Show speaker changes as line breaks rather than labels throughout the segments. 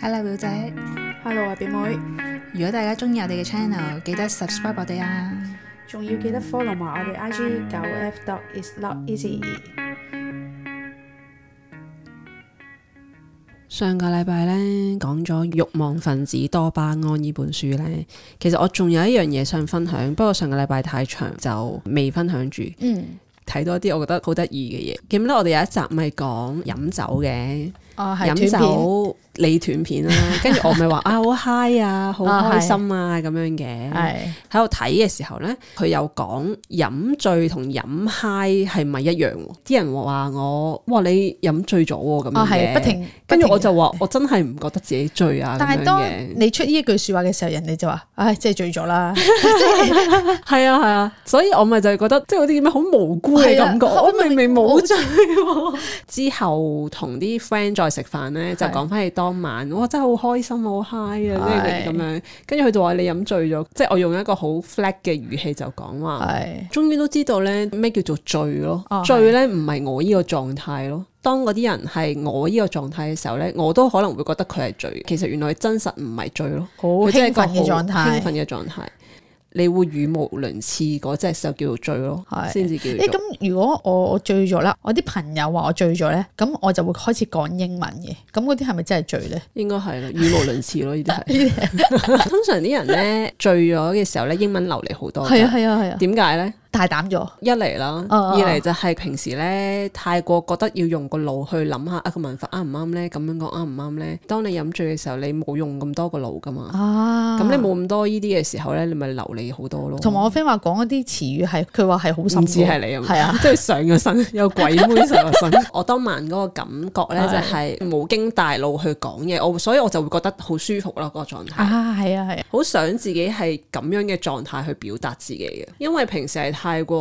Hello 表姐，
Hello 啊，表妹，
如果大家中意我哋嘅 channel，記得 subscribe 我哋啊！
仲要記得 follow 埋我哋 IG 九 F dot is not easy。
上個禮拜咧講咗《慾望分子多巴胺》呢本書咧，其實我仲有一樣嘢想分享，不過上個禮拜太長就未分享住。
嗯，
睇多啲我覺得好得意嘅嘢。記唔記得我哋有一集咪講飲酒嘅，
哦係
飲
斷片
酒你斷 片啦，跟住我咪話啊好 high 啊，好
啊係
開心啊咁樣嘅。
係
喺度睇嘅時候呢，佢有講飲醉同飲 high 係咪一樣喎？啲人話我哇你飲醉咗嗯喎咁
哦
樣
係
嘅
不停，
跟住
不停
我就話我真係唔覺得自己醉啊
但
咁
係
樣
當
嘅，
你出呢一句説話嘅時候，人哋就話：唉，即係醉咗 啦，
係啊係啊，所以我咪就係覺得即係嗰啲咩好無辜嘅感覺，
係啊
我明明冇
醉。
之後同啲 friend 再食飯咧，就
係
講翻你當晚，哇真係好開心好 high 啊，
係
即係咁樣，跟住佢就話你飲醉咗，即係我用一個好 flat 嘅語氣就講話。
係
終於都知道咧咩叫做醉咯，
哦
醉咧唔係我呢個狀態咯。當嗰啲人係我呢個狀態嘅時候咧，我都可能會覺得佢係醉。其實原來真實唔係醉咯，
好
佢真係一
興
個
奮嘅
好
狀態
興。奮嘅狀態。你會語無倫次嗰只就叫做醉咯，
係
先至叫做
誒
醉。
咁，如果我我醉咗啦，我啲朋友話我醉咗咧，咁我就會開始講英文嘅。咁嗰啲係咪真係醉咧？
應該係啦，語無倫次咯，呢 啲係。通常啲人咧醉咗嘅時候咧，英文流利好多。
係啊，係啊係啊，
點解咧？
大膽咗。
一嚟啦，
哦
二嚟就係平時咧太過覺得要用個腦去諗下啊個文法啱唔啱咧，咁樣講啱唔啱咧。當你飲醉嘅時候，你冇用咁多個腦噶嘛，
啊
咁、你冇咁多呢啲嘅時候咧，你咪流利好多咯。
同埋我 friend 話講嗰啲詞語係，佢話係好深
唔止
嘅。
係你啊，
係啊，
即係上咗身，有鬼妹上咗身。我當晚嗰個感覺咧就係冇經大腦去講嘢，我所以我就會覺得好舒服咯，嗰、個狀態。
啊，係啊係啊，
好想自己係咁樣嘅狀態去表達自己嘅，因為平時係太過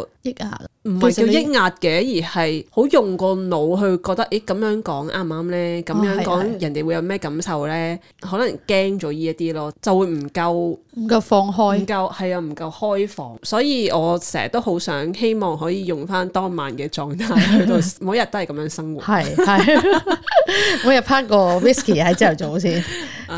唔
抑壓
係叫抑壓嘅，而係好用個腦去覺得，咦咁樣講啱唔啱呢？咁
哦係
樣
係
講人哋會有咩感受呢？可能驚咗呢一啲咯，就會唔夠唔
唔夠放開。
夠係啊，唔夠開放。所以我成日都好想希望可以用翻當晚嘅狀態 去到每日都係咁樣生活。
係係， 每日拍個 whisky 喺朝頭早先，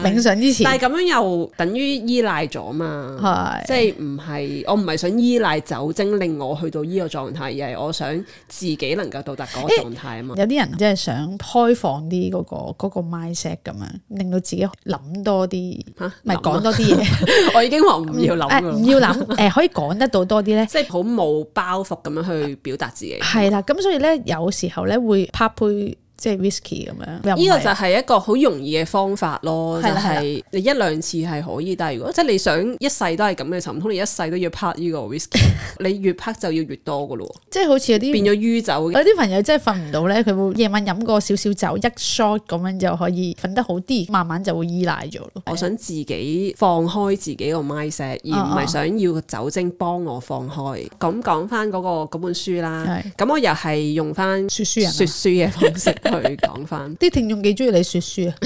冥想之前
但係咁樣又等於依賴咗嘛。
係
即係唔係我唔係想依賴酒精令我去到呢個狀態，而係我想自己能夠到達嗰個狀態啊嘛。
有啲人真係想開放啲嗰、個嗰、個 mindset 咁樣，令到自己諗多啲，
嚇
唔係
諗啊
講多 啲嘢，
我已經話唔要諗噶
誒唔
啦，
要諗，誒、可以講得到多啲 咧。
即係好冇包袱咁樣去表達自己。
係啦，咁所以咧，有時候咧會拍杯即係 whisky 咁樣，
呢
又
個
唔
就
係
係一個好容易嘅方法咯，就
係啦係啦
係你一兩次係可以，但係如果即係你想一世都係咁嘅時候，唔通你一世都要拍呢個 whisky，你越拍就要越多噶咯喎，
即係好似有啲
變咗酗酒嘅
有啲朋友真係瞓唔到咧，佢會夜晚飲過少少酒，一 shot 咁樣就可以瞓得好啲，慢慢就會依賴咗咯。
我想自己放開自己個 mindset，而
哦
唔係想要個酒精幫我放開。咁講翻嗰個嗰本書啦，
係
咁我又係用翻
說書人啊
說書嘅方式去講翻
，啲聽眾幾中意你説書啊！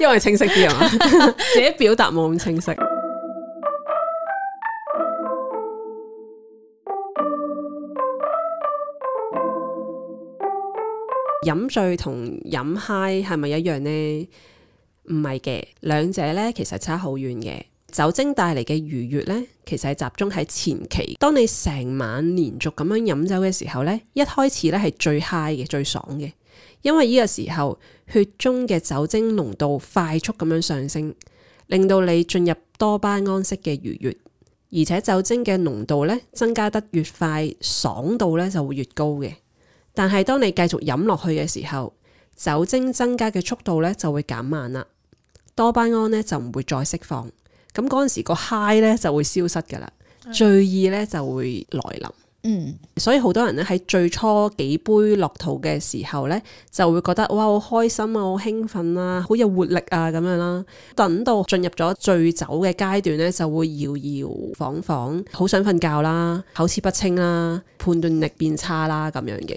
因為清晰啲啊嘛， 自己表達冇咁清晰。飲醉同飲 high 係咪一樣呢？唔係嘅，兩者呢其實差好遠嘅。酒精帶嚟嘅愉悅呢，其實係集中喺前期。當你成晚連續咁樣飲酒嘅時候呢，一開始呢係最 high 嘅、最爽嘅，因為呢個時候血中嘅酒精濃度快速咁樣上升，令到你進入多巴胺式嘅愉悅。而且酒精嘅濃度呢增加得越快，爽度呢就會越高嘅。但係當你繼續飲落去嘅時候，酒精增加嘅速度咧就會減慢啦，多巴胺咧就唔會再釋放，咁嗰陣時個 high 咧就會消失㗎啦，醉意咧就會來臨。
嗯，
所以好多人咧喺最初幾杯落肚嘅時候咧，就會覺得哇好開心啊，好興奮啊，好有活力啊咁樣啦。等到進入咗醉酒嘅階段咧，就會搖搖晃晃，好想瞓覺啦，口齒不清啦，判斷力變差啦咁樣嘅。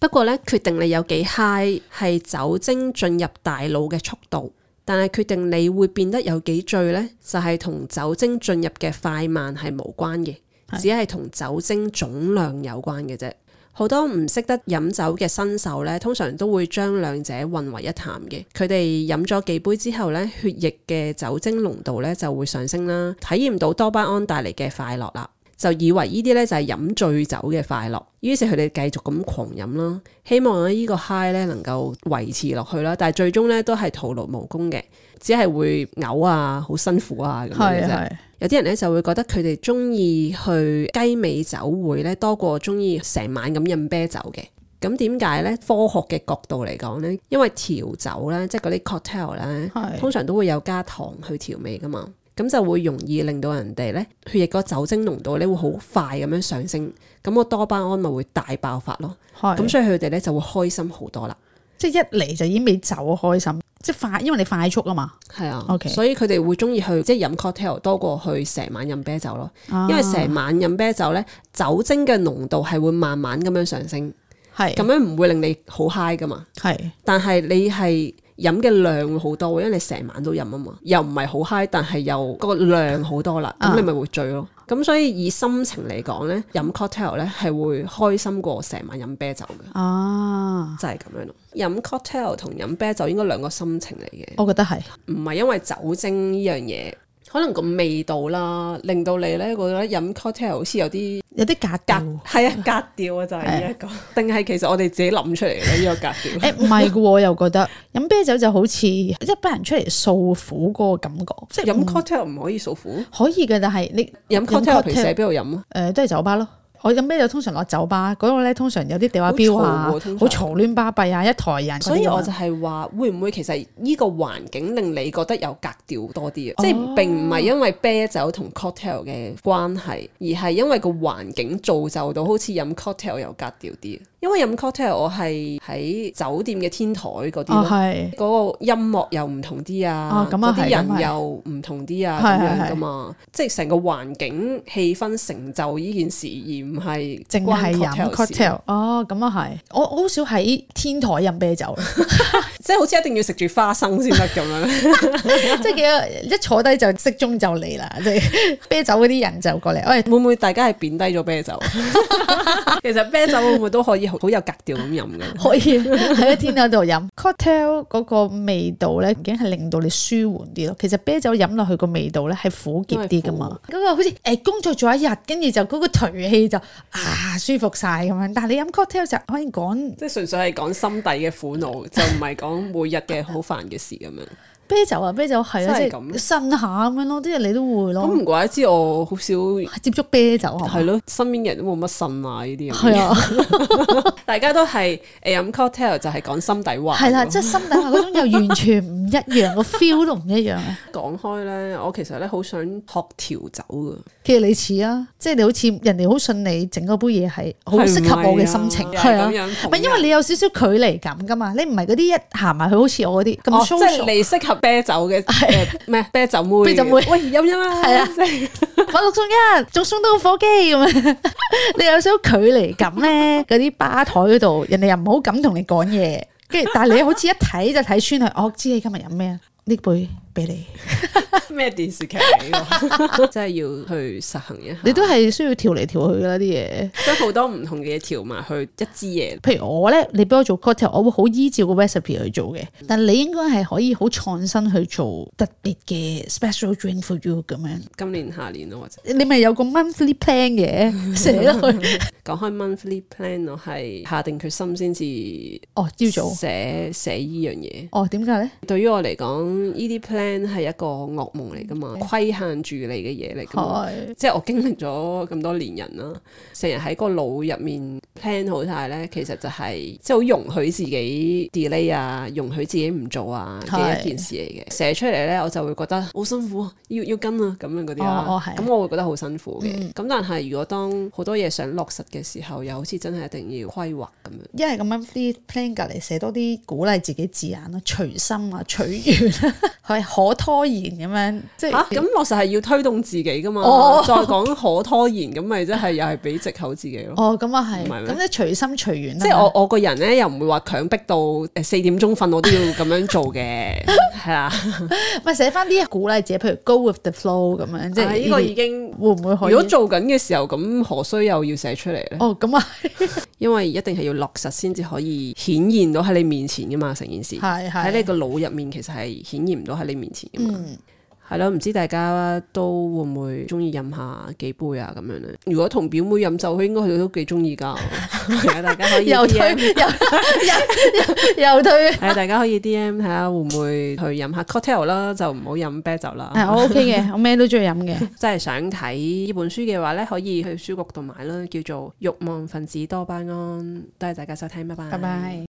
不過咧，決定你有幾 high 係酒精進入大腦嘅速度，但係決定你會變得有幾醉咧，就係同酒精進入嘅快慢係無關嘅。只係同酒精總量有關嘅啫。好多唔識得飲酒嘅新手咧，通常都會將兩者混為一談嘅。佢哋飲咗幾杯之後咧，血液嘅酒精濃度咧就會上升啦，體驗到多巴胺帶嚟嘅快樂啦。就以為呢啲咧就係飲醉酒嘅快樂，於是佢哋繼續咁狂飲啦，希望咧呢個 high 咧能夠維持落去啦，但係最終咧都係徒勞無功嘅，只係會嘔啊，好辛苦啊咁樣嘅
係
啫。
係
有啲人咧就會覺得佢哋中意去雞尾酒會咧多過中意成晚咁飲啤酒嘅。咁點解咧？科學嘅角度嚟講咧，因為調酒咧，即係嗰啲 cocktail 咧，
係
通常都會有加糖去調味噶嘛，咁就會容易令到人哋咧血液個酒精濃度咧會好快咁樣上升，咁個多巴胺咪會大爆發咯。咁
係，
所以佢哋咧就會開心好多啦。
即係一嚟就已經俾酒開心，即係快，因為你快速啊嘛，
係啊
OK
所以佢哋會中意去即係飲 cocktail 多過去成晚飲啤酒咯。
啊
因為成晚飲啤酒咧，酒精嘅濃度係會慢慢咁樣上升，
係
咁樣唔會令你好 high 噶嘛。
係
但係你係飲嘅量會好多，因為你成晚都飲啊嘛，又唔係好 high，但係又個量好多啦，咁
啊
你咪會醉咯。咁所以以心情嚟講咧，飲 cocktail 咧係會開心過成晚飲啤酒嘅，
啊，
就係咁樣咯。飲 cocktail 同飲啤酒應該兩個心情嚟嘅。
我覺得係
唔係因為酒精呢樣嘢，可能個味道啦，令到你咧覺得飲 cocktail 好似有啲
有啲格
格
調。
係啊格調啊，就係呢一個，定係其實我哋自己諗出嚟嘅呢個格調。
誒唔係嘅喎，我又覺得飲啤酒就好似一班人出嚟訴苦嗰個感覺，即係
飲
唔
cocktail 唔可以訴苦，
可以嘅，但係你誒、
飲 cocktail 平時喺邊度飲啊？
都係酒吧咯。我飲啤酒通常落酒吧嗰度咧，通常有啲地下標啊
好嘈喎通常，
好嘈亂巴閉啊，一台人嗰啲咁樣。
所以我就係話，會唔會其實呢個環境令你覺得有格調多啲啊？
哦
即係並唔係因為啤酒同 cocktail 嘅關係，而係因為個環境造就到好似飲 cocktail 有格調啲。啊因為飲 cocktail 我係喺酒店嘅天台嗰啲
哦
咯。
係
嗰個音樂又唔同啲啊，
哦咁
嗰
啊
啲、
係咁
人
係
又唔同啲啊，
係
咁樣
係
噶嘛，即係成個環境氣氛成就呢件事，而唔係
淨係飲
關 cocktail 事
cocktail 哦，咁啊係，我我好少喺天台飲啤酒，
即係好似一定要食住花生先得咁樣。
即係幾多一坐低就適中就嚟啦，即係 啤酒嗰啲人就過嚟，喂
會唔會大家係貶低咗啤酒？其實啤酒會唔會都可以好好有格調咁飲嘅？
可以喺天台度飲 cocktail 嗰個味道咧，已經係令到你舒緩啲咯。其實啤酒飲落去個味道咧係苦澀啲噶嘛，嗰個好似誒、工作咗一日，跟住就嗰個頹氣就啊舒服晒咁樣。但係你飲 cocktail 就可以講
即係純粹係講心底嘅苦惱，就唔係講每日嘅好煩嘅事咁 樣。
啤酒啊，啤酒係啊，
真係
即係
咁
呻下咁樣咯，啲人你都會
咁
咯，
唔怪得知我好少係
接觸啤酒係嘛
咯，身邊嘅人都冇乜信啊呢啲咁嘅
係啊。
嘢。大家都係誒飲 cocktail 就係講心底話。
係啦，即係心底下嗰種又完全唔一樣， 個 feel 都唔一樣啊！
講開咧，我其實咧好想學調酒㗎。
其實你似啊，即係你好似人哋好信你整嗰杯嘢係好
啊
適合我嘅心情，係啊，唔
唔
係因為你有少少距離感噶嘛，你唔係嗰啲一行埋去好似我嗰啲
哦
咁
即係
social，
你適合啤酒 嘅誒咩啤酒妹？
啤酒妹
喂飲飲啦，
係 啊
即係
買六送一，仲送到個火機咁樣， 你有少少距離感咧，嗰啲吧台嗰度人哋又唔好咁同你講嘢，跟住但係你好似一睇就睇穿佢，我知你今日飲咩啊，呢杯俾 你，
咩電視劇嚟㗎？ 真係要去實行一下，
你都係需要調嚟調去噶啦啲嘢。
將好多唔同嘅嘢調埋去一支嘢。
譬如我咧，你俾我做 cocktail，我會好依照個 recipe 去做嘅。但你應該係可以好創新去做特別嘅 special drink for you 咁樣。
今年下年咯，或者
你咪有個 monthly plan 嘅，寫落去。
講開 monthly plan，我係下定決心先至
哦，朝早。
寫寫依樣嘢。
哦，點解咧？
對於我嚟講，呢啲 plan 係一個噩夢嚟㗎嘛，
嗯
規限住你嘅嘢嚟㗎嘛。
係
即係我經歷咗咁多年人啦，成日喺個腦入面 plan 好晒咧，其實就係、即係好容許自己 delay 啊，容許自己唔做啊嘅
係
一件事嚟嘅。寫出嚟咧，我就會覺得好辛苦啊，要要跟啊咁樣嗰啲
哦
啦
哦。係嗯
咁、我會覺得好辛苦嘅。咁、但係如果當好多嘢想落實嘅時候，又好似真係一定要規劃咁樣。
一係咁 monthly plan 隔離寫多啲鼓勵自己字眼咯，隨心啊，取願 啊，係可拖延咁樣，即係
嚇、咁落實係要推動自己噶嘛？
哦
再講可拖延，咁咪即係又係俾藉口自己咯。
哦，咁啊係，
唔係咩
咁即係隨心隨緣啊嘛。
即係我我個人咧又唔會話強迫到誒四點鐘瞓我都要咁樣做 嘅，係啦。
啊咪寫翻啲鼓勵自己，譬如 go with the flow 咁樣，即
即
係
啊係呢
呢
個
啲
已經
會唔會可以？
如果做緊嘅時候，咁何須又要寫出嚟咧？
哦咁啊，
因為一定係要落實先至可以顯現到喺你面前噶嘛，成件事
係
喺你
係
個腦入面其實係顯現唔到喺你面前噶嘛。
嗯
係咯，唔知大家都會唔會中意飲下幾杯啊咁樣咧？如果同表妹飲酒，佢應該佢都幾中意㗎。 係啊，大家可以
又推
DM，
又又又 又推。
係啊大家可以 D M 睇下會唔會去飲下 cocktail 啦，就唔好飲啤酒啦。
系啊我 OK 嘅，我咩都中意飲 嘅。
真係想睇呢本書嘅話咧，可以去書局度買啦，叫做《慾望分子多巴胺》。多謝大家收聽，拜拜。
拜拜。